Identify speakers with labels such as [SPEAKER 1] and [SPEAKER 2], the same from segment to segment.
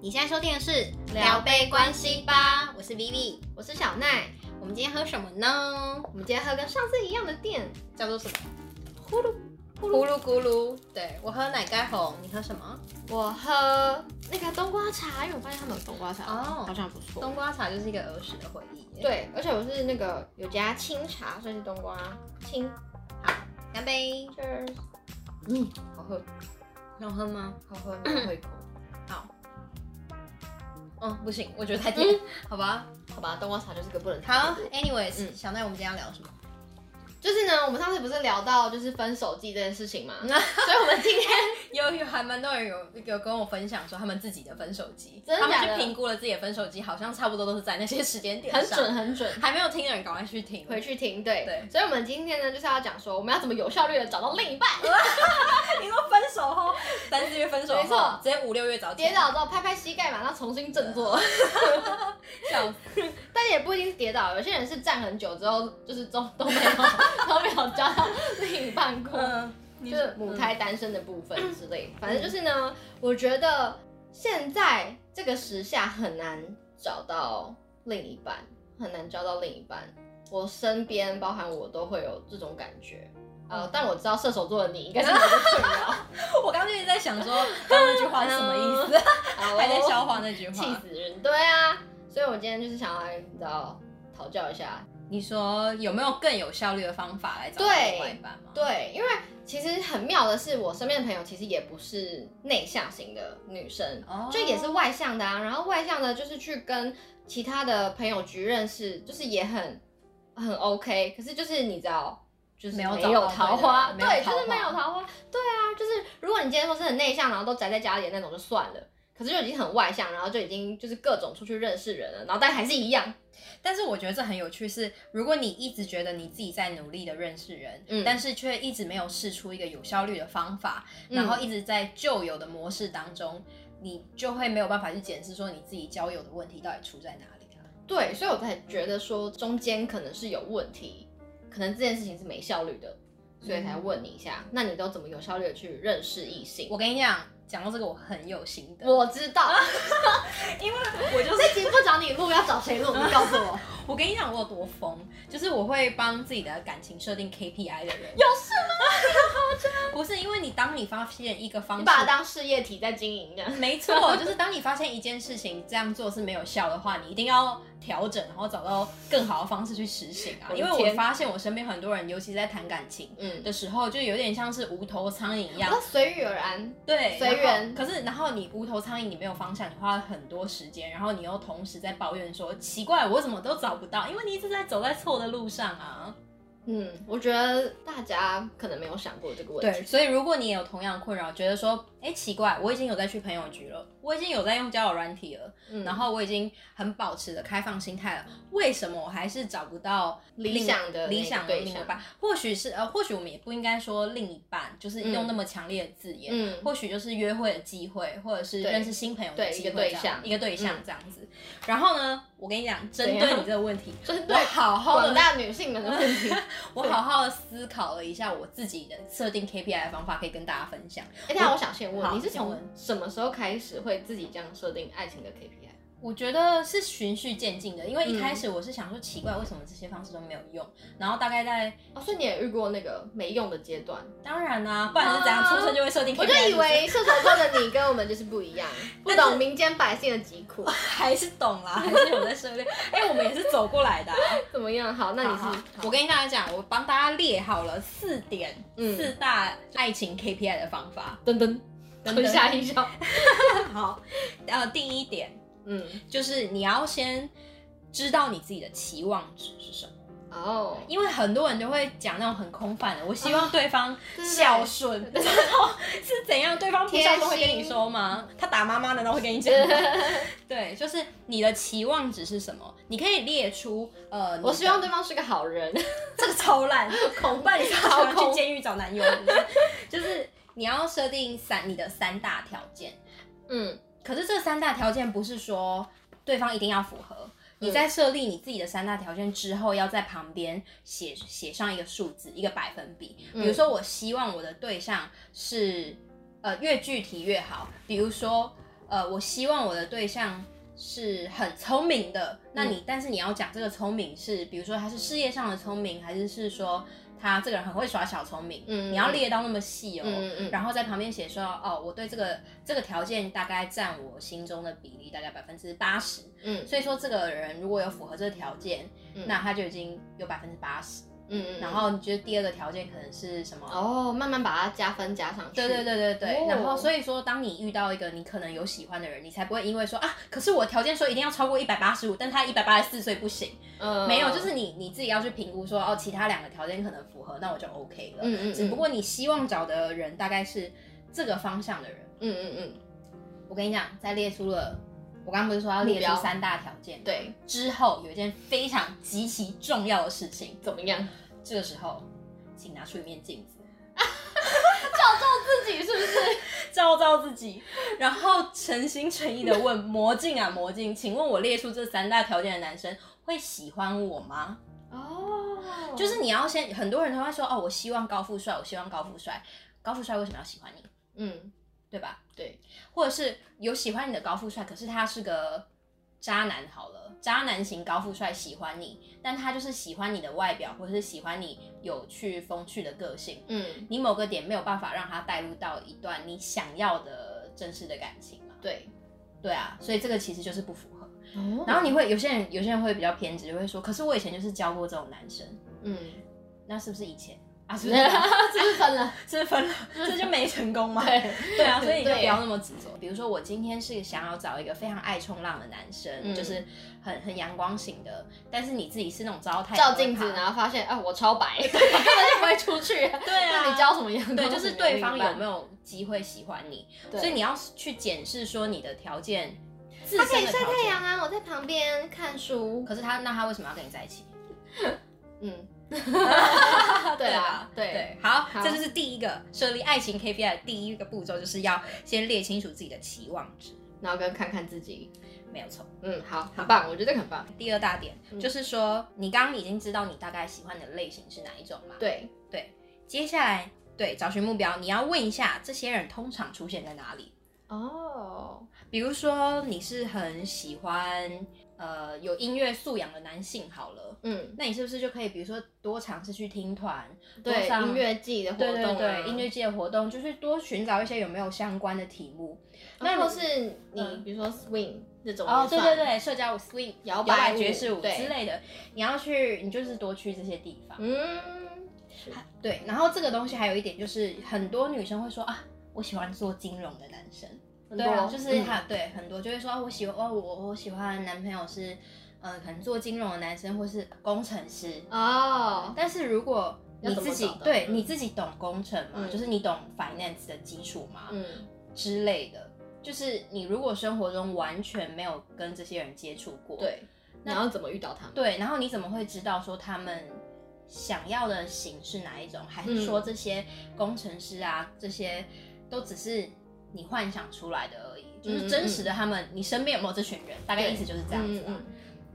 [SPEAKER 1] 你现在收听的是
[SPEAKER 2] 聊杯关系吧，
[SPEAKER 1] 我是 Vivi，我是小奈。我们今天喝什么呢？
[SPEAKER 2] 我们今天喝跟上次一样的店，叫做什么？
[SPEAKER 1] 呼噜
[SPEAKER 2] 咕噜咕噜。对我喝奶盖红，你喝什么？
[SPEAKER 1] 我喝那个冬瓜茶，因为我发现他们有冬瓜茶，
[SPEAKER 2] 哦
[SPEAKER 1] 好像不错。
[SPEAKER 2] 冬瓜茶就是一个儿时的回忆。，
[SPEAKER 1] 对，而且我是那个有加清茶，所以是冬瓜清。
[SPEAKER 2] 干杯！
[SPEAKER 1] Cheers，
[SPEAKER 2] 嗯，好喝，
[SPEAKER 1] 能喝吗？
[SPEAKER 2] 好喝，没有回锅。好。嗯，不行，我觉得太甜。好吧，
[SPEAKER 1] 好吧，冬瓜茶就是个不能
[SPEAKER 2] 好。，anyways，、
[SPEAKER 1] 嗯
[SPEAKER 2] 小奈，我们今天要聊什么？
[SPEAKER 1] 就是呢，我们上次不是聊到就是分手季这件事 情嘛，所以我们今天
[SPEAKER 2] 有有还蛮多人有有跟我分享说他们自己的分手机，
[SPEAKER 1] 真的
[SPEAKER 2] 他们
[SPEAKER 1] 假的
[SPEAKER 2] 去评估了自己的分手机，好像差不多都是在那些时间点上。
[SPEAKER 1] 很准很准。
[SPEAKER 2] 还没有听的人赶快去听。
[SPEAKER 1] 回去听，对
[SPEAKER 2] 对
[SPEAKER 1] 所以我们今天呢就是要讲说，我们要怎么有效率的找到另一半，
[SPEAKER 2] 你说分手后， 三四月分手后，
[SPEAKER 1] 没错
[SPEAKER 2] 直接五六月找
[SPEAKER 1] 跌
[SPEAKER 2] 见，
[SPEAKER 1] 倒之后拍拍膝盖，马上重新振作。
[SPEAKER 2] 笑死。
[SPEAKER 1] 但也不一定是跌倒，有些人是站很久之后，就是都都没有都没有交到另一半过，
[SPEAKER 2] 嗯，你
[SPEAKER 1] 就是母胎单身的部分之类。反正就是呢，我觉得现在这个时下很难找到另一半，很难交到另一半。我身边包含我都会有这种感觉，呃
[SPEAKER 2] 嗯，
[SPEAKER 1] 但我知道射手座的你应 该是没有这个困扰，
[SPEAKER 2] 嗯我刚刚就一直在想说，刚刚那句话是什么意思？
[SPEAKER 1] 好哦
[SPEAKER 2] 还在消化那句
[SPEAKER 1] 气
[SPEAKER 2] 话。
[SPEAKER 1] 死人。对啊，所以我今天就是想来，你知道，讨教一下。
[SPEAKER 2] 你说有没有更有效率的方法来找到
[SPEAKER 1] 对
[SPEAKER 2] 另外一半吗？
[SPEAKER 1] 对，因为其实很妙的是，我身边的朋友其实也不是内向型的女生，
[SPEAKER 2] 哦
[SPEAKER 1] 就也是外向的啊。然后外向的，就是去跟其他的朋友局认识，就是也很很 OK。可是就是你知道。就是
[SPEAKER 2] 没
[SPEAKER 1] 没
[SPEAKER 2] 有
[SPEAKER 1] 有
[SPEAKER 2] 找到
[SPEAKER 1] 桃花，
[SPEAKER 2] 对的没有
[SPEAKER 1] 对，
[SPEAKER 2] 桃花
[SPEAKER 1] 就是没有桃花，对啊，就是如果你今天说是很内向，然后都宅在家里的那种就算了，可是就已经很外向，然后就已经就是各种出去认识人了，然后但还是一样，
[SPEAKER 2] 但是我觉得这很有趣是，如果你一直觉得你自己在努力的认识人，
[SPEAKER 1] 嗯
[SPEAKER 2] 但是却一直没有试出一个有效率的方法，
[SPEAKER 1] 嗯
[SPEAKER 2] 然后一直在旧有的模式当中，你就会没有办法去检视说你自己交友的问题到底出在哪里啊。
[SPEAKER 1] 对，所以我才觉得说中间可能是有问题，可能这件事情是没效率的，所以才问你一下，那你都怎么有效率的去认识异性？
[SPEAKER 2] 我跟你讲，讲到这个我很有心得，
[SPEAKER 1] 我知 道，
[SPEAKER 2] 因为我就
[SPEAKER 1] 这集不找你录，要找谁录？你告诉我，
[SPEAKER 2] 我跟你讲我有多疯，就是我会帮自己的感情设定 KPI 的人，
[SPEAKER 1] 有事吗？
[SPEAKER 2] 不是因为你当你发现一个方
[SPEAKER 1] 你
[SPEAKER 2] 式
[SPEAKER 1] 把它当事业体在经营这啊样。
[SPEAKER 2] 没错，就是当你发现一件事情这样做是没有效的话，你一定要调整，然后找到更好的方式去实行啊
[SPEAKER 1] 我。的
[SPEAKER 2] 因为
[SPEAKER 1] 天
[SPEAKER 2] 我发现我身边很多人，尤其在谈感情
[SPEAKER 1] 嗯，
[SPEAKER 2] 的时候，就有点像是无头苍蝇一样
[SPEAKER 1] 那，随遇而安，
[SPEAKER 2] 对，
[SPEAKER 1] 啊随
[SPEAKER 2] 然后
[SPEAKER 1] 缘
[SPEAKER 2] 可是然后你无头苍蝇，你没有方向，你花了很多时间，然后你又同时在抱怨说奇怪，我怎么都找不到，因为你一直在走在错的路上啊。
[SPEAKER 1] 嗯，我觉得大家可能没有想过这个问
[SPEAKER 2] 对，
[SPEAKER 1] 题。
[SPEAKER 2] 所以如果你也有同样的困扰，觉得说，哎、奇怪，我已经有在去朋友局了，我已经有在用交友软体了。
[SPEAKER 1] 嗯
[SPEAKER 2] 然后我已经很保持着开放心态了，为什么我还是找不到
[SPEAKER 1] 理
[SPEAKER 2] 另
[SPEAKER 1] 想的那
[SPEAKER 2] 理
[SPEAKER 1] 个
[SPEAKER 2] 想的
[SPEAKER 1] 对
[SPEAKER 2] 另一
[SPEAKER 1] 象
[SPEAKER 2] 半？或许是呃，或许我们也不应该说另一半，就是
[SPEAKER 1] 嗯
[SPEAKER 2] 用那么强烈的字眼。
[SPEAKER 1] 嗯，
[SPEAKER 2] 或许就是约会的机会，或者是
[SPEAKER 1] 对
[SPEAKER 2] 认识新朋友的
[SPEAKER 1] 对
[SPEAKER 2] 机
[SPEAKER 1] 一个对
[SPEAKER 2] 会，这样
[SPEAKER 1] 象嗯
[SPEAKER 2] 一个对象这样子。然后呢，我跟你讲，针
[SPEAKER 1] 怎
[SPEAKER 2] 对
[SPEAKER 1] 样
[SPEAKER 2] 你这个问题，
[SPEAKER 1] 针
[SPEAKER 2] 我
[SPEAKER 1] 对
[SPEAKER 2] 好好
[SPEAKER 1] 广
[SPEAKER 2] 的，
[SPEAKER 1] 大女性们的问 题，哎
[SPEAKER 2] 我好好的思考了一下我自己的设定 KPI 的方法，可以跟大家分享。
[SPEAKER 1] 哎，那我想先问，
[SPEAKER 2] 好
[SPEAKER 1] 你是
[SPEAKER 2] 请
[SPEAKER 1] 从
[SPEAKER 2] 问
[SPEAKER 1] 什么时候开始会自己这样设定爱情的 KPI？
[SPEAKER 2] 我觉得是循序渐进的，因为一
[SPEAKER 1] 嗯
[SPEAKER 2] 开始我是想说奇怪，为什么这些方式都没有用？然后大概在
[SPEAKER 1] 哦，所以你也遇过那个没用的阶 段，
[SPEAKER 2] 当然啦、不然是怎样
[SPEAKER 1] 啊
[SPEAKER 2] 出生就会设定 KPI
[SPEAKER 1] 我
[SPEAKER 2] 是
[SPEAKER 1] 就
[SPEAKER 2] 不是？
[SPEAKER 1] 以为射手座的你跟我们就是不一样，不懂民间百姓的疾 苦，
[SPEAKER 2] 还是懂啦， 还是有在涉猎。哎、我们也是走过来的啊、
[SPEAKER 1] 怎么样？ 好，那你
[SPEAKER 2] 好好
[SPEAKER 1] 是
[SPEAKER 2] 我跟大家讲，我帮大家列好了四点、
[SPEAKER 1] 嗯
[SPEAKER 2] 四大爱情 KPI 的方法。
[SPEAKER 1] 噔噔
[SPEAKER 2] 噔
[SPEAKER 1] 吞下一笑，
[SPEAKER 2] 好，呃，第一点
[SPEAKER 1] 嗯，
[SPEAKER 2] 就是你要先知道你自己的期望值是什么，
[SPEAKER 1] 哦，
[SPEAKER 2] 因为很多人都会讲那种很空泛的，我希望对方
[SPEAKER 1] 啊对对对
[SPEAKER 2] 孝顺，然后 是怎样？对方不孝顺会跟你说吗？他打妈妈难道会跟你讲吗？对，就是你的期望值是什么？你可以列出，呃，你的
[SPEAKER 1] 我 希望对方是个好人，
[SPEAKER 2] 这个超 烂，恐怕你
[SPEAKER 1] 好
[SPEAKER 2] 超
[SPEAKER 1] 恐
[SPEAKER 2] 去监狱找男友， 是不是就是你要设定三你的三大条件，
[SPEAKER 1] 嗯，
[SPEAKER 2] 可是这三大条件不是说对方一定要符合。
[SPEAKER 1] 嗯
[SPEAKER 2] 你在设立你自己的三大条件之后，要在旁边写写上一个数字，一个百分比。
[SPEAKER 1] 嗯
[SPEAKER 2] 比如说，我希望我的对象是呃越具体越好。比如说，呃，我希望我的对象是很聪明的，那
[SPEAKER 1] 嗯
[SPEAKER 2] 你、但是你要讲这个聪明是，比如说他是事业上的聪明，还是是说他这个人很会耍小聪明，
[SPEAKER 1] 嗯
[SPEAKER 2] 你要列到那么细哦。
[SPEAKER 1] 嗯嗯嗯，
[SPEAKER 2] 然后在旁边写说，哦，我对这个这个条件大概占我心中的比例大概百分之八十，
[SPEAKER 1] 嗯
[SPEAKER 2] 所以说这个人如果有符合这个条件，
[SPEAKER 1] 嗯
[SPEAKER 2] 那他就已经有百分之八十。
[SPEAKER 1] 嗯嗯，
[SPEAKER 2] 然后你觉得第二个条件可能是什么？
[SPEAKER 1] 哦，慢慢把它加分加上去，
[SPEAKER 2] 对对对对对，
[SPEAKER 1] 哦
[SPEAKER 2] 然后所以说，当你遇到一个你可能有喜欢的人，你才不会因为说啊，可是我条件说一定要超过一百八十五，但他一百八十四岁不行，
[SPEAKER 1] 嗯，
[SPEAKER 2] 没有，就是你你自己要去评估说哦，其他两个条件可能符合，那我就 OK 了。
[SPEAKER 1] 嗯嗯嗯
[SPEAKER 2] 只不过你希望找的人大概是这个方向的人。
[SPEAKER 1] 嗯嗯嗯，
[SPEAKER 2] 我跟你讲，在列出了我刚刚不是说要列
[SPEAKER 1] 目
[SPEAKER 2] 出
[SPEAKER 1] 标
[SPEAKER 2] 三大条件，，
[SPEAKER 1] 对，
[SPEAKER 2] 之后有一件非常极其重要的事情，
[SPEAKER 1] 怎么 样？
[SPEAKER 2] 这个时候请拿出一面镜子。
[SPEAKER 1] 自己是不是？
[SPEAKER 2] 照照自己，然后诚心诚意的问魔镜啊魔镜，请问我列出这三大条件的男生会喜欢我吗？
[SPEAKER 1] 哦，
[SPEAKER 2] 就，是你要先，很多人都会说哦，我希望高富帅，我希望高富帅，高富帅为什么要喜欢你，
[SPEAKER 1] 嗯，
[SPEAKER 2] 对吧？
[SPEAKER 1] 对，
[SPEAKER 2] 或者是有喜欢你的高富帅，可是他是个渣男，好了，渣男型高富帅喜欢你，但他就是喜欢你的外表，或者是喜欢你有趣风趣的个性，
[SPEAKER 1] 嗯，
[SPEAKER 2] 你某个点没有办法让他带入到一段你想要的真实的感情嘛？
[SPEAKER 1] 对，
[SPEAKER 2] 对啊，所以这个其实就是不符合。
[SPEAKER 1] 哦
[SPEAKER 2] 然后你会有些人，有些人会比较偏执，会说，可是我以前就是教过这种男生，
[SPEAKER 1] 嗯，
[SPEAKER 2] 那是不是以前啊？ 是不 是？
[SPEAKER 1] 这是分了，
[SPEAKER 2] 是不是 分了，这就没成功吗？
[SPEAKER 1] 对，
[SPEAKER 2] 对啊，所以你就
[SPEAKER 1] 对
[SPEAKER 2] 不要那么执着。比如说，我今天是想要找一个非常爱冲浪的男生，
[SPEAKER 1] 嗯
[SPEAKER 2] 就是很很阳光型的，但是你自己是那种糟太
[SPEAKER 1] 照镜子，然后发现啊，我超 白，根本就不会出去。
[SPEAKER 2] 对啊
[SPEAKER 1] 那你教什么样？
[SPEAKER 2] 对，就是对方有没
[SPEAKER 1] 有？
[SPEAKER 2] 有机会喜欢你，
[SPEAKER 1] 对
[SPEAKER 2] 所以你要去检视说你的条件，自
[SPEAKER 1] 他可
[SPEAKER 2] 身
[SPEAKER 1] 以
[SPEAKER 2] 的
[SPEAKER 1] 晒
[SPEAKER 2] 条
[SPEAKER 1] 太阳
[SPEAKER 2] 件。
[SPEAKER 1] 啊，我在旁边看书。
[SPEAKER 2] 可是他，那他为什么要跟你在一起？
[SPEAKER 1] 嗯，
[SPEAKER 2] 对
[SPEAKER 1] 对啊，
[SPEAKER 2] 对
[SPEAKER 1] 对，
[SPEAKER 2] 好，
[SPEAKER 1] 好
[SPEAKER 2] 这就是第一个设立爱情 KPI 的第一个步骤，就是要先列清楚自己的期望值，
[SPEAKER 1] 然后跟看看自己。
[SPEAKER 2] 没有错。
[SPEAKER 1] 嗯，好，很棒，我觉得这个很棒。
[SPEAKER 2] 第二大点、
[SPEAKER 1] 嗯
[SPEAKER 2] 就是说，你刚刚已经知道你大概喜欢的类型是哪一种嘛？，
[SPEAKER 1] 对，
[SPEAKER 2] 接下来对找寻目标，你要问一下这些人通常出现在哪里。
[SPEAKER 1] 哦，
[SPEAKER 2] 比如说，你是很喜欢呃有音乐素养的男性，好了，
[SPEAKER 1] 嗯，
[SPEAKER 2] 那你是不是就可以，比如说多尝试去听团，多
[SPEAKER 1] 对，
[SPEAKER 2] 上
[SPEAKER 1] 音乐季的活
[SPEAKER 2] 对
[SPEAKER 1] 动、
[SPEAKER 2] 对
[SPEAKER 1] 啊，
[SPEAKER 2] 对，音乐，界的活动就是多寻找一些有没有相关的题目。那
[SPEAKER 1] 或
[SPEAKER 2] 你
[SPEAKER 1] 是你
[SPEAKER 2] 嗯
[SPEAKER 1] 比如说 swing 这种
[SPEAKER 2] 哦，
[SPEAKER 1] 也
[SPEAKER 2] 对
[SPEAKER 1] 算
[SPEAKER 2] 对，对，社交舞、swing、
[SPEAKER 1] 摇摆
[SPEAKER 2] 摆
[SPEAKER 1] 舞
[SPEAKER 2] 爵士舞
[SPEAKER 1] 对
[SPEAKER 2] 之类的，你要去，你就是多去这些地方。
[SPEAKER 1] 嗯，
[SPEAKER 2] 对，然后这个东西还有一点就是，很多女生会说啊，我喜欢做金融的男生。
[SPEAKER 1] 很
[SPEAKER 2] 对
[SPEAKER 1] 多
[SPEAKER 2] 啊，就是
[SPEAKER 1] 嗯
[SPEAKER 2] 他、对很多就会说，啊我喜欢哦，我我喜欢男朋友是，呃，可能做金融的男生或是工程师。
[SPEAKER 1] 哦，
[SPEAKER 2] 但是如果
[SPEAKER 1] 要
[SPEAKER 2] 你
[SPEAKER 1] 怎么
[SPEAKER 2] 自己
[SPEAKER 1] 找到
[SPEAKER 2] 对
[SPEAKER 1] 嗯
[SPEAKER 2] 你自己懂工程嘛，
[SPEAKER 1] 嗯
[SPEAKER 2] 就是你懂 finance 的基础嘛、
[SPEAKER 1] 嗯
[SPEAKER 2] 之类的，就是你如果生活中完全没有跟这些人接触过，
[SPEAKER 1] 对，你
[SPEAKER 2] 那
[SPEAKER 1] 要怎么遇到他们？
[SPEAKER 2] 对，然后你怎么会知道说他们想要的型是哪一种？还是
[SPEAKER 1] 嗯
[SPEAKER 2] 说这些工程师啊，这些都只是你幻想出来的而已？就是真实的他们，你身边有没有这群人？大概
[SPEAKER 1] 嗯对
[SPEAKER 2] 意思就是这样
[SPEAKER 1] 嗯
[SPEAKER 2] 子啊。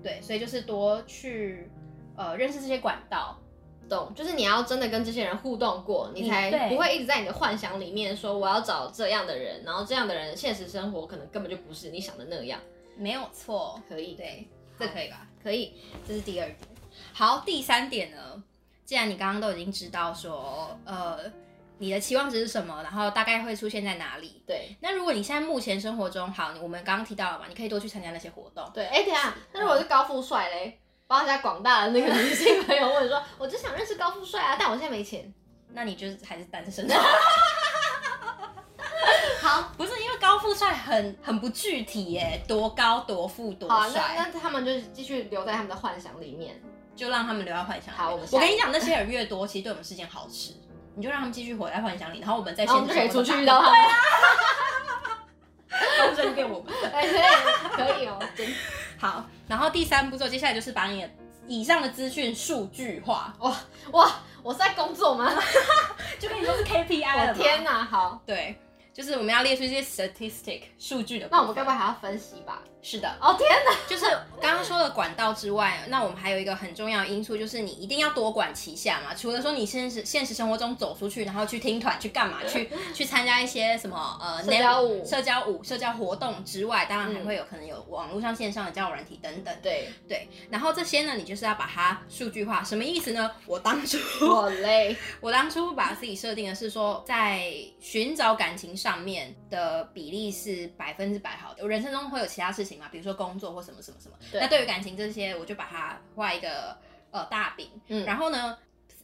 [SPEAKER 2] 对，所以就是多去呃认识这些管道。
[SPEAKER 1] 懂，就是你要真的跟这些人互动过，你
[SPEAKER 2] 你
[SPEAKER 1] 才
[SPEAKER 2] 嗯对
[SPEAKER 1] 不会一直在你的幻想里面说我要找这样的人，然后这样的人现实生活可能根本就不是你想的那样。
[SPEAKER 2] 没有错，
[SPEAKER 1] 可以，，
[SPEAKER 2] 对，这可以吧？
[SPEAKER 1] 可以，
[SPEAKER 2] 这是第二点。好，第三点呢？既然你刚刚都已经知道说，呃，你的期望值是什么，然后大概会出现在哪里，
[SPEAKER 1] 对
[SPEAKER 2] 那如果你现在目前生活中，好，我们刚刚提到了嘛，你可以多去参加那些活动。
[SPEAKER 1] 对。哎、等一下，那如果是高富帅嘞？帮人家广大的那个女性朋友问说，我只想认识高富帅啊，但我现在没钱。
[SPEAKER 2] 那你就是还是单 身
[SPEAKER 1] 好，
[SPEAKER 2] 不是因为高富帅很很不具体耶，多高多富多
[SPEAKER 1] 好、啊，
[SPEAKER 2] 帅，
[SPEAKER 1] 那那他们就继续留在他们的幻想里面。
[SPEAKER 2] 就让他们留在幻想里。
[SPEAKER 1] 好我们下
[SPEAKER 2] 我跟你讲，那些人越多，其实对我们是件好事。你就让他们继续活在幻想里，然后我们再
[SPEAKER 1] 然后我们就可以出去遇到他
[SPEAKER 2] 他，
[SPEAKER 1] 们。
[SPEAKER 2] 公正变我们。
[SPEAKER 1] 哎，可以可以哦，真
[SPEAKER 2] 好，然后第三步骤，接下来就是把你的以上的资讯数据化，
[SPEAKER 1] 哇，我是在工作吗？
[SPEAKER 2] 就跟你说是 KPI 了。
[SPEAKER 1] 我天！哪，好，
[SPEAKER 2] 对，就是我们要列出一些 statistic 数据的部分。
[SPEAKER 1] 那我们该不会还要分析吧？
[SPEAKER 2] 是的，
[SPEAKER 1] 哦天哪！
[SPEAKER 2] 就是刚刚说的管道之外，那我们还有一个很重要的因素，就是你一定要多管齐下嘛。除了说你现实现实生活中走出去，然后去听团、去干嘛、去去参加一些什么呃
[SPEAKER 1] 社交舞
[SPEAKER 2] 社交舞、社交活动之外，当然还
[SPEAKER 1] 嗯
[SPEAKER 2] 会有可能有网络上线上的交友软体等等。
[SPEAKER 1] 对，
[SPEAKER 2] 对，然后这些呢，你就是要把它数据化。什么意思呢？我当初
[SPEAKER 1] 我累，
[SPEAKER 2] 我当初把自己设定的是说，在寻找感情上面的比例是百分之百好的。我人生中会有其他事情嘛，比如说工作或什么什么什么。
[SPEAKER 1] 对
[SPEAKER 2] 那对于感情这些，我就把它画一个呃大饼。
[SPEAKER 1] 嗯
[SPEAKER 2] 然后呢，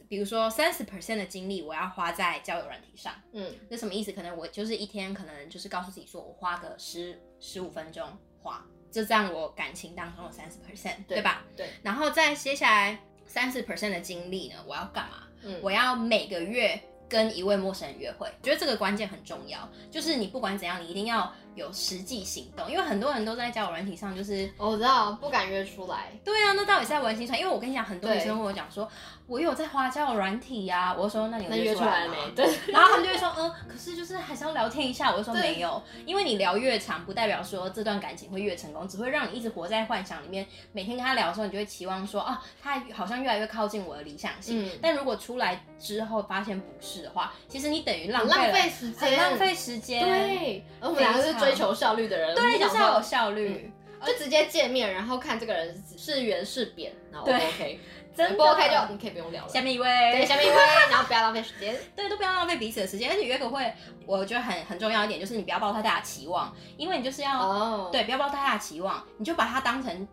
[SPEAKER 2] 比如说三十 percent 的精力我要花在交友软体上，
[SPEAKER 1] 嗯，
[SPEAKER 2] 那什么意思？可能我就是一天，可能就是告诉自己说我花个十十五分钟花，这占我感情当中的三十 percent，
[SPEAKER 1] 对
[SPEAKER 2] 对吧？
[SPEAKER 1] 对，
[SPEAKER 2] 然后再接下来三十 percent 的精力呢，我要干嘛？
[SPEAKER 1] 嗯，
[SPEAKER 2] 我要每个月跟一位陌生人约会，觉得这个关键很重要，就是你不管怎样，你一定要有实际行动，因为很多人都在交友软体上，就是
[SPEAKER 1] 我知道，不敢约出来，
[SPEAKER 2] 对啊，那到底是在玩心酸？因为我跟你讲，很多
[SPEAKER 1] 对
[SPEAKER 2] 女生跟我讲说，我有在花交友软体呀、我就说那你有
[SPEAKER 1] 那约
[SPEAKER 2] 嗯出
[SPEAKER 1] 出来
[SPEAKER 2] 来
[SPEAKER 1] 了
[SPEAKER 2] 吗？
[SPEAKER 1] 没？对，
[SPEAKER 2] 然后他们就会说，嗯，可是就是还是要聊天一下。我就说
[SPEAKER 1] 对
[SPEAKER 2] 没有，因为你聊越长，不代表说这段感情会越成功，只会让你一直活在幻想里面。每天跟他聊的时候，你就会期望说，啊，他好像越来越靠近我的理想型。
[SPEAKER 1] 嗯
[SPEAKER 2] 但如果出来之后发现不是的话，其实你等于浪
[SPEAKER 1] 很
[SPEAKER 2] 费
[SPEAKER 1] 浪
[SPEAKER 2] 了
[SPEAKER 1] 费时
[SPEAKER 2] 很
[SPEAKER 1] 间，
[SPEAKER 2] 浪费时间。
[SPEAKER 1] 对，而我们两个是追求效率的人，
[SPEAKER 2] 对，
[SPEAKER 1] 我们
[SPEAKER 2] 就是
[SPEAKER 1] 想
[SPEAKER 2] 要有
[SPEAKER 1] 说嗯
[SPEAKER 2] 效率。
[SPEAKER 1] 就直接见面，然后看这个人是是圆是扁，然后 O
[SPEAKER 2] 对
[SPEAKER 1] 不 OK，
[SPEAKER 2] 真的
[SPEAKER 1] 不 OK 就你嗯可以不用聊了。
[SPEAKER 2] 下面一位，
[SPEAKER 1] 对，下面一位，然后不要浪费时间。
[SPEAKER 2] 对，都不要浪费彼此的时间。而且约个会，我觉得很很重要一点就是你不要抱太大的期望，因为你就是要、
[SPEAKER 1] 哦，
[SPEAKER 2] 对，不要抱太大的期望，你就把它当成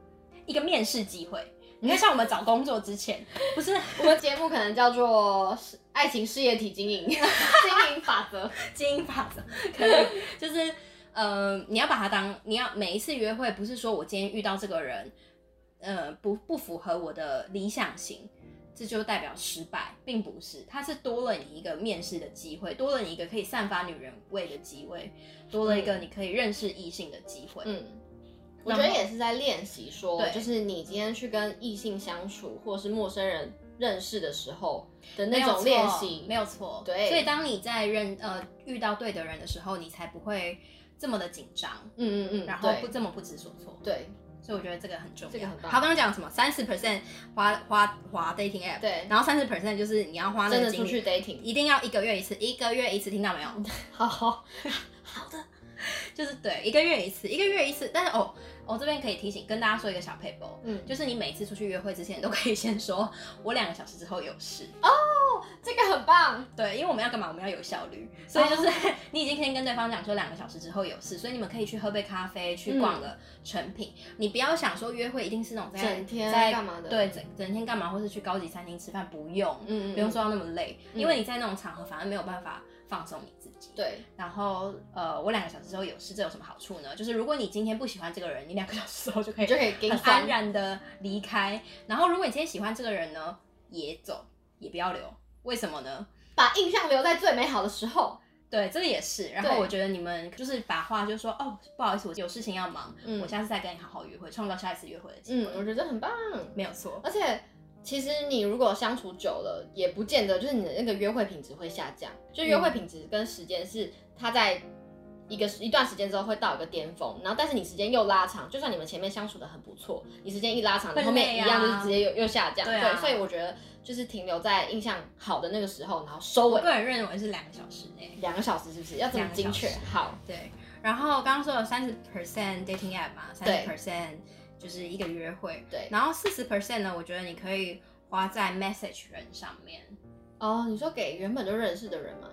[SPEAKER 2] 一个面试机会。
[SPEAKER 1] 嗯
[SPEAKER 2] 你看，像我们找工作之前，不是
[SPEAKER 1] 我们节目可能叫做是“爱情事业体经 营经营法则
[SPEAKER 2] 经营法则，可能就是呃，你要把它当你要每一次约会，不是说我今天遇到这个人，呃，不不符合我的理想型。这就代表失败，并不是，它是多了你一个面试的机会，多了你一个可以散发女人味的机会，多了一个你可以认识异性的机”。会。
[SPEAKER 1] 嗯，我觉得
[SPEAKER 2] 然后
[SPEAKER 1] 也是在练习说，
[SPEAKER 2] 对
[SPEAKER 1] 就是你今天去跟异性相处，或者是陌生人认识的时候的
[SPEAKER 2] 没
[SPEAKER 1] 那
[SPEAKER 2] 有
[SPEAKER 1] 种
[SPEAKER 2] 错
[SPEAKER 1] 练习，
[SPEAKER 2] 没有错。
[SPEAKER 1] 对
[SPEAKER 2] 所以当你在认呃遇到对的人的时候，你才不会这么的紧张，
[SPEAKER 1] 嗯嗯嗯，
[SPEAKER 2] 然后
[SPEAKER 1] 对
[SPEAKER 2] 不这么不知所措。
[SPEAKER 1] 对
[SPEAKER 2] 所以我觉得这个很重要。
[SPEAKER 1] 这个很棒
[SPEAKER 2] 好，刚刚讲什么？三十 percent 花花花 dating app，
[SPEAKER 1] 对，
[SPEAKER 2] 然后三十 percent 就是你要花那
[SPEAKER 1] 真
[SPEAKER 2] 个
[SPEAKER 1] 的出
[SPEAKER 2] 精
[SPEAKER 1] 去嗯
[SPEAKER 2] 力，
[SPEAKER 1] dating，
[SPEAKER 2] 一定要一个月一次，一个月一次，听到没有？
[SPEAKER 1] 好 好
[SPEAKER 2] 就是对，一个月一次，一个月一次。但是哦，我、这边可以提醒跟大家说一个小 paper。
[SPEAKER 1] 嗯，
[SPEAKER 2] 就是你每次出去约会之前，都可以先说“我两个小时之后有事”，
[SPEAKER 1] 这个很棒，
[SPEAKER 2] 对，因为我们要干嘛？我们要有效率，所以就是
[SPEAKER 1] 哦
[SPEAKER 2] 你已经先跟对方讲说两个小时之后有事，所以你们可以去喝杯咖啡，
[SPEAKER 1] 嗯
[SPEAKER 2] 去逛个成品。你不要想说约会一定是那种在
[SPEAKER 1] 整天
[SPEAKER 2] 在
[SPEAKER 1] 干嘛的
[SPEAKER 2] 对，整整天干嘛，或是去高级餐厅吃饭，不用，
[SPEAKER 1] 嗯嗯，
[SPEAKER 2] 不用
[SPEAKER 1] 嗯
[SPEAKER 2] 做到那么累，
[SPEAKER 1] 嗯
[SPEAKER 2] 因为你在那种场合反而没有办法放松你自己。
[SPEAKER 1] 对，
[SPEAKER 2] 然后呃，我两个小时之后有事，这有什么好处呢？就是如果你今天不喜欢这个人，你两个小时之后就可
[SPEAKER 1] 你
[SPEAKER 2] 以
[SPEAKER 1] 就可以跟
[SPEAKER 2] 很安然的离开。然后如果你今天喜欢这个人呢，也走，也不要留。为什么呢？
[SPEAKER 1] 把印象留在最美好的时候，
[SPEAKER 2] 对，这个也是。然后
[SPEAKER 1] 对
[SPEAKER 2] 我觉得你们就是把话就说哦，不好意思，我有事情要忙，
[SPEAKER 1] 嗯
[SPEAKER 2] 我下次再跟你好好约会，创造下一次约会的机
[SPEAKER 1] 嗯
[SPEAKER 2] 会。，
[SPEAKER 1] 我觉得很棒，
[SPEAKER 2] 没有错，
[SPEAKER 1] 而且其实你如果相处久了，也不见得就是你的那个约会品质会下降，就约会品质跟时间是它在一个一段时间之后会到一个巅峰，然后但是你时间又拉长，就算你们前面相处的很不错，你时间一拉长，
[SPEAKER 2] 会
[SPEAKER 1] 你后面
[SPEAKER 2] 累
[SPEAKER 1] 一
[SPEAKER 2] 啊
[SPEAKER 1] 样就是直接又又下降，
[SPEAKER 2] 对啊
[SPEAKER 1] 所以我觉得就是停留在印象好的那个时候，然后收
[SPEAKER 2] 我
[SPEAKER 1] 尾
[SPEAKER 2] 个人认为是两个小时内。
[SPEAKER 1] 两个小时是不是要这么
[SPEAKER 2] 两个
[SPEAKER 1] 精
[SPEAKER 2] 小
[SPEAKER 1] 确
[SPEAKER 2] 时？
[SPEAKER 1] 好，
[SPEAKER 2] 对，然后刚刚说了三十 percent dating app 嘛，三
[SPEAKER 1] 对
[SPEAKER 2] 十 percent 就是一个约会，
[SPEAKER 1] 对，
[SPEAKER 2] 然后四十 percent 呢，我觉得你可以花在 message 人上面。
[SPEAKER 1] 哦，你说给原本就认识的人吗？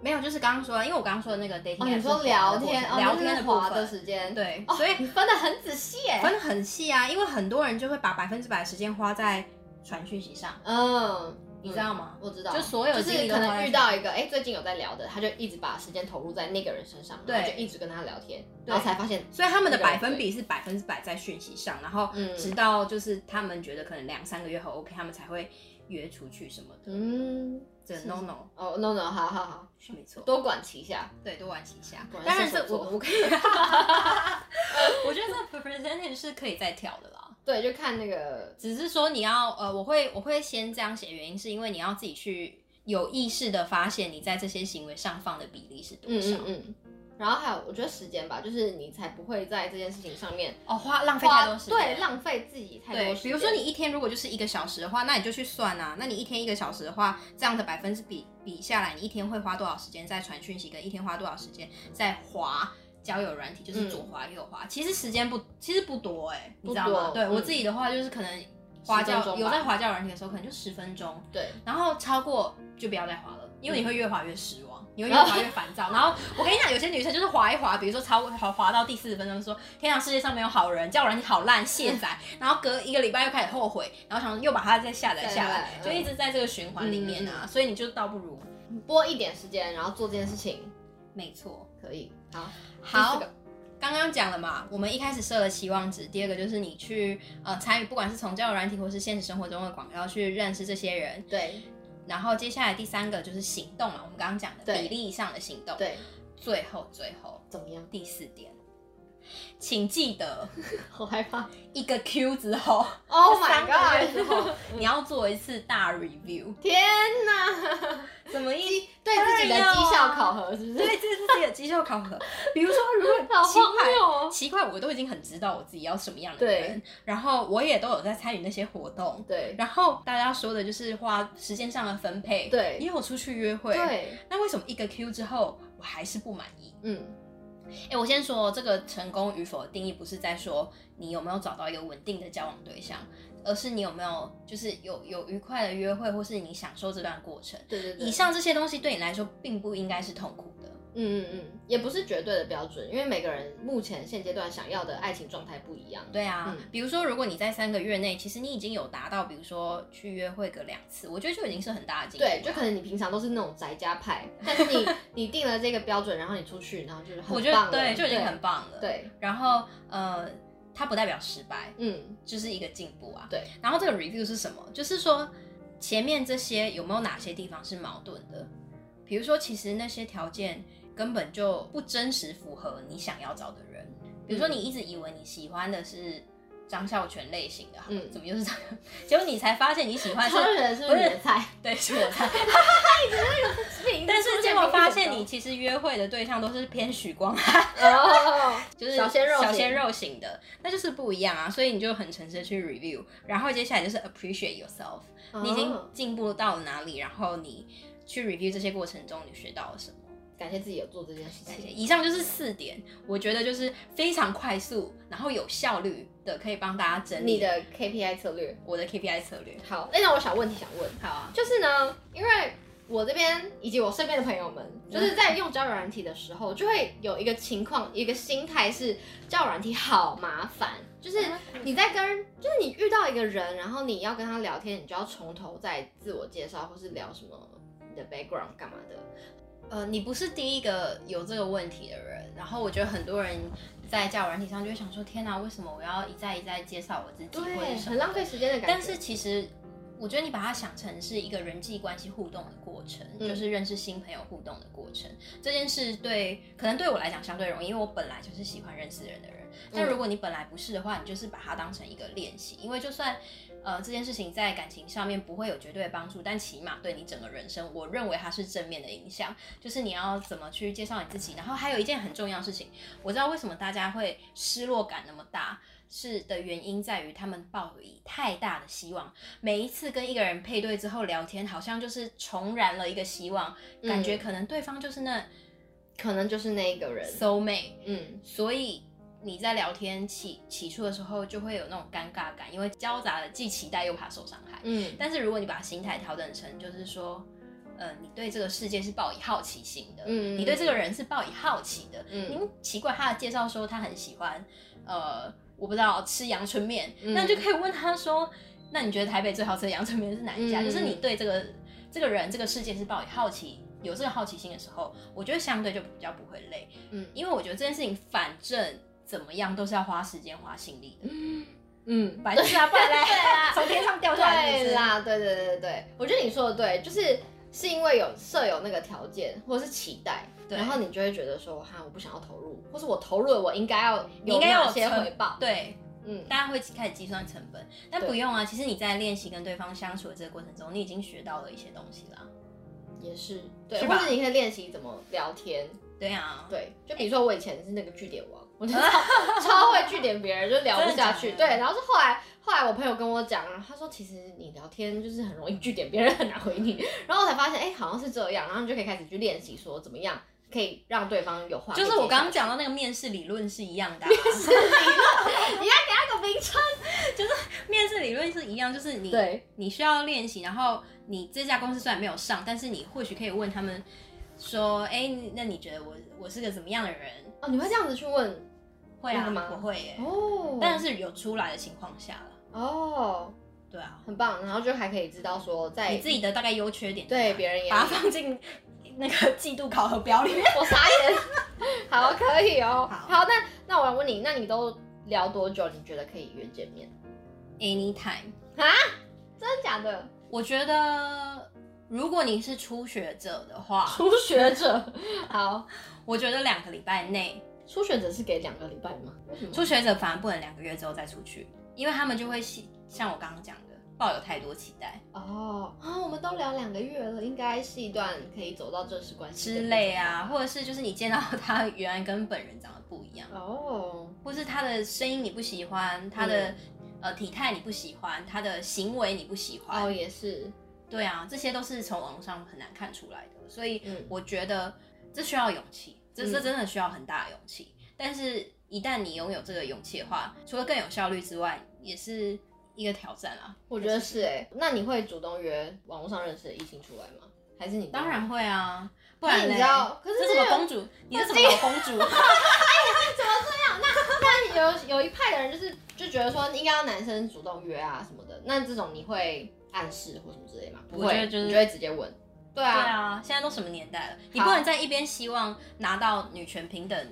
[SPEAKER 2] 没有，就是刚刚说的，因为我刚刚说的那个 dating
[SPEAKER 1] 哦，
[SPEAKER 2] app，
[SPEAKER 1] 你
[SPEAKER 2] 是
[SPEAKER 1] 说
[SPEAKER 2] 滑的
[SPEAKER 1] 聊
[SPEAKER 2] 部分
[SPEAKER 1] 天，哦
[SPEAKER 2] 聊
[SPEAKER 1] 就是
[SPEAKER 2] 天的部
[SPEAKER 1] 滑的
[SPEAKER 2] 分，
[SPEAKER 1] 时间，
[SPEAKER 2] 对，
[SPEAKER 1] 哦
[SPEAKER 2] 所以
[SPEAKER 1] 你分的很仔细耶，
[SPEAKER 2] 分得很细啊，因为很多人就会把百分之百的时间花在传讯息上，
[SPEAKER 1] 嗯，
[SPEAKER 2] 你知道吗？
[SPEAKER 1] 我知道，
[SPEAKER 2] 就所有
[SPEAKER 1] 就
[SPEAKER 2] 精
[SPEAKER 1] 是
[SPEAKER 2] 力都
[SPEAKER 1] 可
[SPEAKER 2] 花在
[SPEAKER 1] 能遇到一个哎、最近有在聊的，他就一直把时间投入在那个人身上，
[SPEAKER 2] 对
[SPEAKER 1] 然后就一直跟他聊天，
[SPEAKER 2] 对
[SPEAKER 1] 然后才发现，
[SPEAKER 2] 所以他们的
[SPEAKER 1] 那个
[SPEAKER 2] 百分比是百分之百在讯息上，然后
[SPEAKER 1] 嗯
[SPEAKER 2] 直到就是他们觉得可能两三个月后 OK，他们才会约出去什么的。
[SPEAKER 1] 嗯，
[SPEAKER 2] 这
[SPEAKER 1] 是
[SPEAKER 2] no no
[SPEAKER 1] 哦，no no，好好好，
[SPEAKER 2] 是没错，
[SPEAKER 1] 多管齐下，
[SPEAKER 2] 对，多玩几下
[SPEAKER 1] 果。然
[SPEAKER 2] 当然
[SPEAKER 1] 射
[SPEAKER 2] 这
[SPEAKER 1] 手座
[SPEAKER 2] 我 我可以，我觉得这 percentage 是可以再调的啦。
[SPEAKER 1] 对，就看那个，
[SPEAKER 2] 只是说你要呃，我会我会先这样写，原因是因为你要自己去有意识的发现你在这些行为上放的比例是多
[SPEAKER 1] 嗯
[SPEAKER 2] 少。
[SPEAKER 1] 嗯嗯。然后还有，我觉得时间吧，就是你才不会在这件事情上面
[SPEAKER 2] 哦，花浪费太多时间，
[SPEAKER 1] 对，浪费自己太多
[SPEAKER 2] 对
[SPEAKER 1] 时间。，
[SPEAKER 2] 比如说你一天如果就是一个小时的话，那你就去算啊。那你一天一个小时的话，这样的百分之比比下来，你一天会花多少时间在传讯息，跟一天花多少时间在滑交友软体，就是左滑右滑。其实时间不，其实不多哎、
[SPEAKER 1] 嗯
[SPEAKER 2] 你
[SPEAKER 1] 不
[SPEAKER 2] 知道吗？
[SPEAKER 1] 多
[SPEAKER 2] 对、我
[SPEAKER 1] 嗯
[SPEAKER 2] 自己的话，就是可能滑
[SPEAKER 1] 分
[SPEAKER 2] 交
[SPEAKER 1] 钟
[SPEAKER 2] 有
[SPEAKER 1] 吧
[SPEAKER 2] 在滑交友软体的时候，可能就十分钟，
[SPEAKER 1] 对，
[SPEAKER 2] 然后超过就不要再滑了，因为你会越滑越失望，你会越
[SPEAKER 1] 然后
[SPEAKER 2] 滑越烦躁。然后我跟你讲，有些女生就是滑一滑，比如说超滑滑到第四十分钟，说天啊，世界上没有好人，叫软你好烂，卸载。然后隔一个礼拜又开始后悔，然后想又把它再下载
[SPEAKER 1] 再
[SPEAKER 2] 下来
[SPEAKER 1] 来，
[SPEAKER 2] 就一直在这个循环里面啊。所以你就倒不如，
[SPEAKER 1] 拨一点时间，然后做这件事情
[SPEAKER 2] 没错。
[SPEAKER 1] 可以。好，
[SPEAKER 2] 好
[SPEAKER 1] 第四个，
[SPEAKER 2] 刚刚讲了嘛，我们一开始设了期望值，第二个就是你去呃参与，不管是从交友软体或是现实生活中的广告，去认识这些人。
[SPEAKER 1] 对
[SPEAKER 2] 然后接下来第三个就是行动嘛，我们刚刚讲的
[SPEAKER 1] 对
[SPEAKER 2] 比例上的行动。
[SPEAKER 1] 对，
[SPEAKER 2] 最后最后
[SPEAKER 1] 怎么样？
[SPEAKER 2] 第四点，请记得
[SPEAKER 1] 好害怕。
[SPEAKER 2] 一个 Q 之后
[SPEAKER 1] Oh
[SPEAKER 2] 三
[SPEAKER 1] my
[SPEAKER 2] 个月之后
[SPEAKER 1] god！，
[SPEAKER 2] 你要做一次大 review，
[SPEAKER 1] 天哪，
[SPEAKER 2] 什么意思？
[SPEAKER 1] 对自己的
[SPEAKER 2] 当然要啊
[SPEAKER 1] 绩效考核是不是？
[SPEAKER 2] 对，这是自己的绩效考核。比如说，如果
[SPEAKER 1] 好
[SPEAKER 2] 奇
[SPEAKER 1] 荒
[SPEAKER 2] 怪。
[SPEAKER 1] 谬哦。
[SPEAKER 2] 奇怪，我都已经很知道我自己要什么样的人，然后我也都有在参与那些活动，
[SPEAKER 1] 对
[SPEAKER 2] 然后大家说的就是花时间上的分配，
[SPEAKER 1] 对
[SPEAKER 2] 也有出去约会，，
[SPEAKER 1] 对，
[SPEAKER 2] 那为什么一个 Q 之后我还是不满意？
[SPEAKER 1] 嗯，
[SPEAKER 2] 哎、我先说这个成功与否的定义，不是在说你有没有找到一个稳定的交往对象，而是你有没有就是有有愉快的约会，或是你享受这段过程。
[SPEAKER 1] 对对对。
[SPEAKER 2] 以上这些东西对你来说，并不应该是痛苦的。
[SPEAKER 1] 嗯嗯嗯，也不是绝对的标准，因为每个人目前现阶段想要的爱情状态不一样。
[SPEAKER 2] 对啊，
[SPEAKER 1] 嗯
[SPEAKER 2] 比如说，如果你在三个月内，其实你已经有达到，比如说去约会个两次，我觉得就已经是很大的进步了。
[SPEAKER 1] 对，就可能你平常都是那种宅家派，但是 你你定了这个标准，然后你出去，然后就是很
[SPEAKER 2] 我觉
[SPEAKER 1] 棒
[SPEAKER 2] 得
[SPEAKER 1] 了
[SPEAKER 2] 对，就已经很棒了。，
[SPEAKER 1] 对，
[SPEAKER 2] 然后呃，它不代表失败，
[SPEAKER 1] 嗯，
[SPEAKER 2] 就是一个进步啊。
[SPEAKER 1] 对。
[SPEAKER 2] 然后这个 review 是什么？就是说前面这些有没有哪些地方是矛盾的？比如说，其实那些条件根本就不真实符合你想要找的人。比如说，
[SPEAKER 1] 嗯
[SPEAKER 2] 你一直以为你喜欢的是张孝全类型的，嗯
[SPEAKER 1] 嗯，
[SPEAKER 2] 怎么又是张？ 结果你才发现你喜欢 是
[SPEAKER 1] 超，人是不是你的菜？
[SPEAKER 2] 对，是我 猜。 但
[SPEAKER 1] 但
[SPEAKER 2] 是结果发现你其实约会的对象都是偏许光汉，
[SPEAKER 1] 哦，
[SPEAKER 2] 就是
[SPEAKER 1] 小鲜肉型
[SPEAKER 2] 小鲜肉型的，那就是不一样啊。所以你就很诚实地去 review，然后接下来就是 appreciate yourself。你已经
[SPEAKER 1] 哦
[SPEAKER 2] 进步到了哪里，然后你去 review 这些过程中你学到了什么。
[SPEAKER 1] 感谢自己有做这件事
[SPEAKER 2] 感谢。
[SPEAKER 1] 情。
[SPEAKER 2] 以上就是四点，我觉得就是非常快速，然后有效率的，可以帮大家整理
[SPEAKER 1] 你的 KPI 策略
[SPEAKER 2] 我的 KPI 策略。
[SPEAKER 1] 好，那让我想问题想问，
[SPEAKER 2] 好啊，
[SPEAKER 1] 就是呢，因为我这边以及我身边的朋友们，就是在用交友软体的时候，就会有一个情况，一个心态是交友软体好麻烦，就是你在跟，就是你遇到一个人，然后你要跟他聊天，你就要从头再自我介绍，或是聊什么你的 background 干嘛的，
[SPEAKER 2] 呃，你不是第一个有这个问题的人，然后我觉得很多人在交友软体上就会想说，天哪、为什么我要一再一再介绍我自己，或者
[SPEAKER 1] 对，
[SPEAKER 2] 什么
[SPEAKER 1] 很浪费时间的感觉。
[SPEAKER 2] 但是其实，我觉得你把它想成是一个人际关系互动的过程，
[SPEAKER 1] 嗯
[SPEAKER 2] 就是认识新朋友互动的过程。这件事对，可能对我来讲相对容易，因为我本来就是喜欢认识人的
[SPEAKER 1] 嗯
[SPEAKER 2] 人。但如果你本来不是的话，你就是把它当成一个练习，因为就算呃这件事情在感情上面不会有绝对的帮助，但起码对你整个人生，我认为它是正面的影响。就是你要怎么去介绍你自己，然后还有一件很重要的事情，我知道为什么大家会失落感那么大，是的原因在于他们抱以太大的希望，每一次跟一个人配对之后聊天，好像就是重燃了一个希望，
[SPEAKER 1] 嗯
[SPEAKER 2] 感觉可能对方就是那
[SPEAKER 1] 可能就是那一个人，
[SPEAKER 2] soul mate，
[SPEAKER 1] 嗯，
[SPEAKER 2] 所以。你在聊天起起初的时候，就会有那种尴尬感，因为交杂了既期待又怕受伤害。
[SPEAKER 1] 嗯，
[SPEAKER 2] 但是如果你把心态调整成，就是说，呃，你对这个世界是抱以好奇心的，
[SPEAKER 1] 嗯
[SPEAKER 2] 你对这个人是抱以好奇的，
[SPEAKER 1] 嗯
[SPEAKER 2] 您奇怪他的介绍说他很喜欢，呃，我不知道吃阳春面，
[SPEAKER 1] 嗯
[SPEAKER 2] 那就可以问他说，那你觉得台北最好吃的阳春面是哪一家？
[SPEAKER 1] 嗯
[SPEAKER 2] 就是你对这个这个人这个世界是抱以好奇。有这个好奇心的时候，我觉得相对就比较不会累，
[SPEAKER 1] 嗯
[SPEAKER 2] 因为我觉得这件事情反正怎么样都是要花时间花心力的，
[SPEAKER 1] 嗯，
[SPEAKER 2] 白痴啊，不然嘞
[SPEAKER 1] 对啊
[SPEAKER 2] 从天上掉下来是不
[SPEAKER 1] 对
[SPEAKER 2] 是
[SPEAKER 1] 啦，对对对对对，我觉得你说的对，就是是因为有设有那个条件或者是期待，
[SPEAKER 2] 对
[SPEAKER 1] 然后你就会觉得说，哈，我不想要投入，或是我投入了，我应该要
[SPEAKER 2] 你应该要
[SPEAKER 1] 哪
[SPEAKER 2] 有
[SPEAKER 1] 些
[SPEAKER 2] 成
[SPEAKER 1] 回报？，
[SPEAKER 2] 对，
[SPEAKER 1] 嗯，
[SPEAKER 2] 大家会开始计算成本，但
[SPEAKER 1] 对
[SPEAKER 2] 不用啊。其实你在练习跟对方相处的这个过程中，你已经学到了一些东西啦。
[SPEAKER 1] 也是对，
[SPEAKER 2] 是
[SPEAKER 1] 或
[SPEAKER 2] 吧
[SPEAKER 1] 者你可以练习怎么聊天。
[SPEAKER 2] 对啊，
[SPEAKER 1] 对，就比如说我以前是那个据点王，我就 超超会据点别人，就聊不下去。
[SPEAKER 2] 真的
[SPEAKER 1] 对
[SPEAKER 2] 假，的
[SPEAKER 1] 然后是后来后来我朋友跟我讲，然后他说其实你聊天就是很容易据点别人，很难回你。然后我才发现，哎、好像是这样，然后你就可以开始去练习说怎么样可以让对方有话可以
[SPEAKER 2] 就
[SPEAKER 1] 接下去。
[SPEAKER 2] 是我刚刚讲到那个面试理论是一样 的啊、
[SPEAKER 1] 你要给他个名称。
[SPEAKER 2] 面试理论是一样，就是你
[SPEAKER 1] 对
[SPEAKER 2] 你需要练习，然后你这家公司虽然没有上，但是你或许可以问他们说，哎、那你觉得我我是个怎么样的人？
[SPEAKER 1] 哦，你会这样子去问
[SPEAKER 2] 会
[SPEAKER 1] 真的
[SPEAKER 2] 啊
[SPEAKER 1] 吗，
[SPEAKER 2] 我会耶、
[SPEAKER 1] 哦，
[SPEAKER 2] 但是有出来的情况下了，
[SPEAKER 1] 哦，
[SPEAKER 2] 对啊，
[SPEAKER 1] 很棒，然后就还可以知道说在
[SPEAKER 2] 你自己的大概优缺点，
[SPEAKER 1] 对别人也
[SPEAKER 2] 把它放进那个季度考核表 里面。
[SPEAKER 1] 我傻眼。好，可以哦。
[SPEAKER 2] 好
[SPEAKER 1] 好，那那我来问你，那你都聊多久？你觉得可以约见面？
[SPEAKER 2] Anytime，
[SPEAKER 1] 真的假的？
[SPEAKER 2] 我觉得如果你是初学者的话，
[SPEAKER 1] 初学者， 好，
[SPEAKER 2] 我觉得两个礼拜内，
[SPEAKER 1] 初学者是给两个礼拜吗？为什么？
[SPEAKER 2] 初学者反而不能两个月之后再出去，因为他们就会系像我刚刚讲的，抱有太多期待
[SPEAKER 1] 哦啊，我们都聊两个月了，应该是一段可以走到正式关系的
[SPEAKER 2] 之类啊，或者是就是你见到他 原来跟本人长得不一样
[SPEAKER 1] 那，种。哦，
[SPEAKER 2] 或是他的声音你不喜欢，他的、呃体态你不喜欢，他的行为你不喜欢，
[SPEAKER 1] 哦，也是，
[SPEAKER 2] 对啊，这些都是从网络上很难看出来的，所以
[SPEAKER 1] 嗯
[SPEAKER 2] 我觉得这需要勇气，这
[SPEAKER 1] 嗯
[SPEAKER 2] 这真的需要很大的勇气。但是，一旦你拥有这个勇气的话，除了更有效率之外，也是一个挑战啊。
[SPEAKER 1] 我觉得是哎、那你会主动约网络上认识的异性出来吗？还是你
[SPEAKER 2] 当然会啊，不
[SPEAKER 1] 那
[SPEAKER 2] 然
[SPEAKER 1] 你
[SPEAKER 2] 嘞
[SPEAKER 1] 知道可是
[SPEAKER 2] 这
[SPEAKER 1] 这
[SPEAKER 2] 什
[SPEAKER 1] 个
[SPEAKER 2] 么公主？你是什么公主？
[SPEAKER 1] 有有一派的人就是就觉得说应该要男生主动约啊什么的，那这种你会暗示或什么之类吗？不
[SPEAKER 2] 我觉得
[SPEAKER 1] 会，
[SPEAKER 2] 就是
[SPEAKER 1] 你就会直接问。对
[SPEAKER 2] 对
[SPEAKER 1] 啊，
[SPEAKER 2] 啊，现在都什么年代了，你
[SPEAKER 1] 好
[SPEAKER 2] 不能在一边希望拿到女权平等，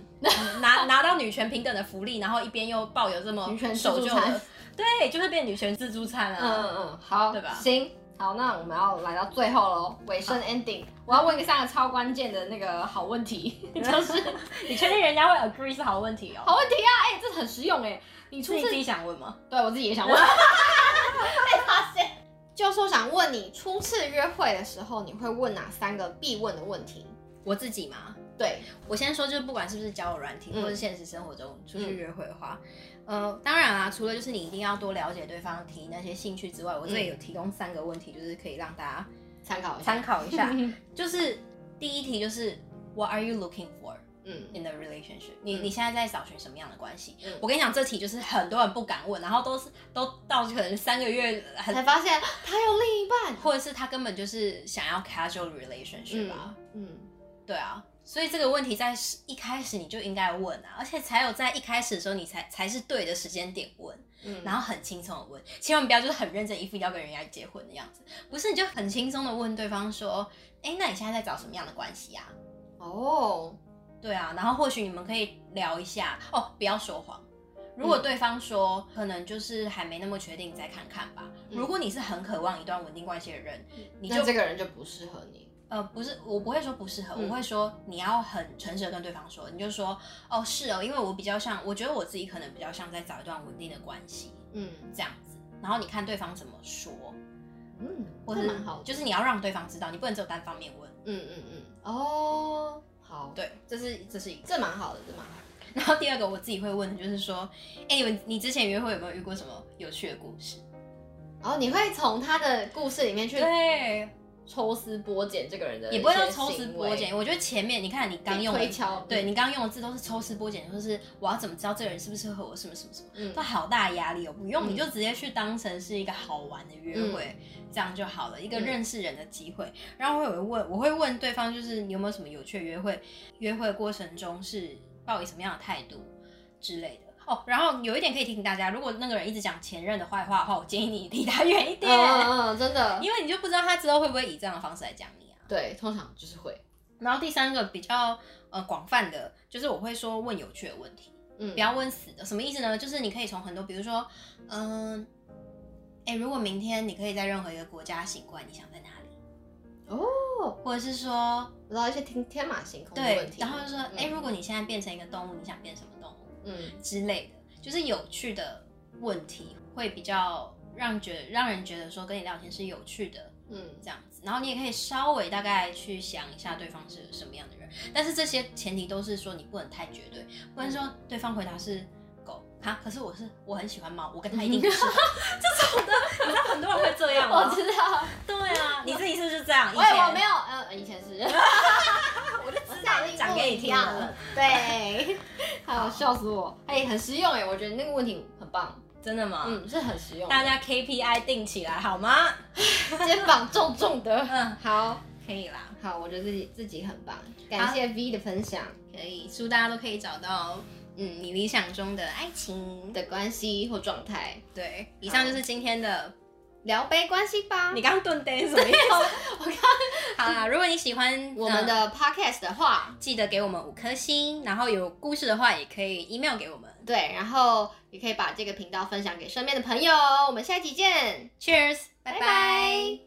[SPEAKER 2] 拿拿到女权平等的福利，然后一边又抱有这么
[SPEAKER 1] 女权自
[SPEAKER 2] 守
[SPEAKER 1] 助
[SPEAKER 2] 旧
[SPEAKER 1] 餐
[SPEAKER 2] 的，对，就会变女权自助餐啊。
[SPEAKER 1] 嗯嗯嗯，好，
[SPEAKER 2] 对吧
[SPEAKER 1] 行，好，那我们要来到最后喽，尾声 ending，我要问三个超关键的那个好问题， 就是
[SPEAKER 2] 你确定人家会 agree 是好问题哦？
[SPEAKER 1] 好问题啊，哎、这很实用哎、你
[SPEAKER 2] 是
[SPEAKER 1] 出
[SPEAKER 2] 你
[SPEAKER 1] 社
[SPEAKER 2] 自己想问吗？
[SPEAKER 1] 对我自己也 想问， 被发现。就是我想问你，初次约会的时候，你会问哪三个必问的问题？
[SPEAKER 2] 我自己嘛，
[SPEAKER 1] 对，
[SPEAKER 2] 我先说，就是不管是不是交友软体，
[SPEAKER 1] 嗯
[SPEAKER 2] 或者现实生活中出去约会的话，呃，当然啊，除了就是你一定要多了解对方提那些兴趣之外，我这里有提供三个问题，就是可以让大
[SPEAKER 1] 参考
[SPEAKER 2] 家
[SPEAKER 1] 一下。嗯
[SPEAKER 2] 参考一 下。就是第一题就是 What are you looking for
[SPEAKER 1] 嗯
[SPEAKER 2] in the relationship？你、
[SPEAKER 1] 嗯
[SPEAKER 2] 你现在在找寻什么样的关系？
[SPEAKER 1] 嗯
[SPEAKER 2] 我跟你讲，这题就是很多人不敢问，然后都是都到可能三个月很
[SPEAKER 1] 才发现他有另一半。
[SPEAKER 2] 或者是他根本就是想要 casual relationship 啊，
[SPEAKER 1] 嗯，
[SPEAKER 2] 对啊，所以这个问题在是一开始你就应该问啊，而且才有在一开始的时候你才才是对的时间点问，
[SPEAKER 1] 嗯，
[SPEAKER 2] 然后很轻松的问，千万不要就是很认真一副要跟人家结婚的样子，不是你就很轻松的问对方说，哎、那你现在在找什么样的关系啊？
[SPEAKER 1] 哦，
[SPEAKER 2] 对啊，然后或许你们可以聊一下哦，不要说谎。
[SPEAKER 1] 嗯
[SPEAKER 2] 如果对方说、可能就是还没那么确定，再看看吧。
[SPEAKER 1] 嗯
[SPEAKER 2] 如果你是很渴望一段稳定关系的人，你
[SPEAKER 1] 那
[SPEAKER 2] 就
[SPEAKER 1] 这个人就不适合你。
[SPEAKER 2] 呃，不是，我不会说不适合，
[SPEAKER 1] 嗯
[SPEAKER 2] 我会说你要很诚实的跟对方说，你就说哦是哦，因为我比较像，我觉得我自己可能比较像在找一段稳定的关系
[SPEAKER 1] 嗯
[SPEAKER 2] 这样子，然后你看对方怎么说，
[SPEAKER 1] 嗯，
[SPEAKER 2] 或
[SPEAKER 1] 这
[SPEAKER 2] 者
[SPEAKER 1] 蛮好的。
[SPEAKER 2] 就是你要让对方知道，你不能只有单方面问，
[SPEAKER 1] 嗯嗯嗯，哦，好，，
[SPEAKER 2] 对，这是这是一个。
[SPEAKER 1] 这蛮好的，这蛮好的。
[SPEAKER 2] 然后第二个我自己会问的就是说，哎、你们你之前约会有没有遇过什么有趣的故事？
[SPEAKER 1] 然后你会从他的故事里面去
[SPEAKER 2] 对，
[SPEAKER 1] 抽丝剥茧这个人的一些行
[SPEAKER 2] 也不
[SPEAKER 1] 为，
[SPEAKER 2] 会到抽丝剥茧，我觉得前面你看你刚用的
[SPEAKER 1] 推敲。
[SPEAKER 2] 对你刚刚用的字都是抽丝剥茧，就是我要怎么知道这个人是不是合我什么什么什么，
[SPEAKER 1] 嗯
[SPEAKER 2] 都好大压力哦。不用，
[SPEAKER 1] 嗯
[SPEAKER 2] 你就直接去当成是一个好玩的约会，这样就好了，一个
[SPEAKER 1] 嗯
[SPEAKER 2] 认识人的机会。然后我会问，我会问对方，就是你有没有什么有趣的约会？约会过程中是抱以什么样的态度之类的。哦，然后有一点可以提醒大家，如果那个人一直讲前任的坏话的话，我建议你离他远一点，
[SPEAKER 1] 嗯嗯，真的，
[SPEAKER 2] 因为哎你就不知道他之后会不会以这样的方式来讲你啊。
[SPEAKER 1] 对，通常就是会，
[SPEAKER 2] 然后第三个比较呃广泛的，就是我会说问有趣的问题，
[SPEAKER 1] 嗯，
[SPEAKER 2] 不要问死的。什么意思呢？就是你可以从很多，比如说，嗯、诶如果明天你可以在任何一个国家醒过来，你想在哪里？
[SPEAKER 1] 哦，
[SPEAKER 2] 或者是说，
[SPEAKER 1] 然后一些天天马行空的
[SPEAKER 2] 对
[SPEAKER 1] 问，题，
[SPEAKER 2] 然后就说，哎
[SPEAKER 1] 嗯
[SPEAKER 2] 诶，如果你现在变成一个动物，你想变什么动物
[SPEAKER 1] 嗯
[SPEAKER 2] 之类的，就是有趣的问题，会比较让觉让人觉得说跟你聊天是有趣的，
[SPEAKER 1] 嗯
[SPEAKER 2] 这样子，然后你也可以稍微大概去想一下对方是什么样的人，但是这些前提都是说你不能太绝对，不能说对方回答是狗啊，嗯可是我是我很喜欢猫，我跟他一定 不是这种的，你知道很多人会这样
[SPEAKER 1] 我
[SPEAKER 2] 吗？
[SPEAKER 1] 知道，
[SPEAKER 2] 对啊，你自己是不是这样？以
[SPEAKER 1] 我也
[SPEAKER 2] 前
[SPEAKER 1] 我没有，呃，以前是，我就知
[SPEAKER 2] 道你讲给你听了，
[SPEAKER 1] 对， 还有笑死我，哎、很实用哎，我觉得那个问题很棒，
[SPEAKER 2] 真的吗？
[SPEAKER 1] 嗯，是很实用的，
[SPEAKER 2] 大家 KPI 定起来好吗？
[SPEAKER 1] 肩膀重重的，
[SPEAKER 2] 嗯，
[SPEAKER 1] 好
[SPEAKER 2] 可以啦，
[SPEAKER 1] 好，我觉得自己自己很棒，感谢 V 的分享
[SPEAKER 2] 可以，祝大家都可以找到嗯你理想中的爱情。
[SPEAKER 1] 的关系或状态，
[SPEAKER 2] 对，以上就是今天的。
[SPEAKER 1] 聊杯关系吧。
[SPEAKER 2] 你刚刚顿呆是什么意思？ 好啦，如果你喜欢
[SPEAKER 1] 我们、
[SPEAKER 2] 呃
[SPEAKER 1] 的 podcast 的话，
[SPEAKER 2] 记得给我们五颗星，然后有故事的话也可以 email 给我们。
[SPEAKER 1] 对，然后也可以把这个频道分享给身边的朋友。我们下期见，
[SPEAKER 2] Cheers，拜
[SPEAKER 1] 拜
[SPEAKER 2] 拜
[SPEAKER 1] 拜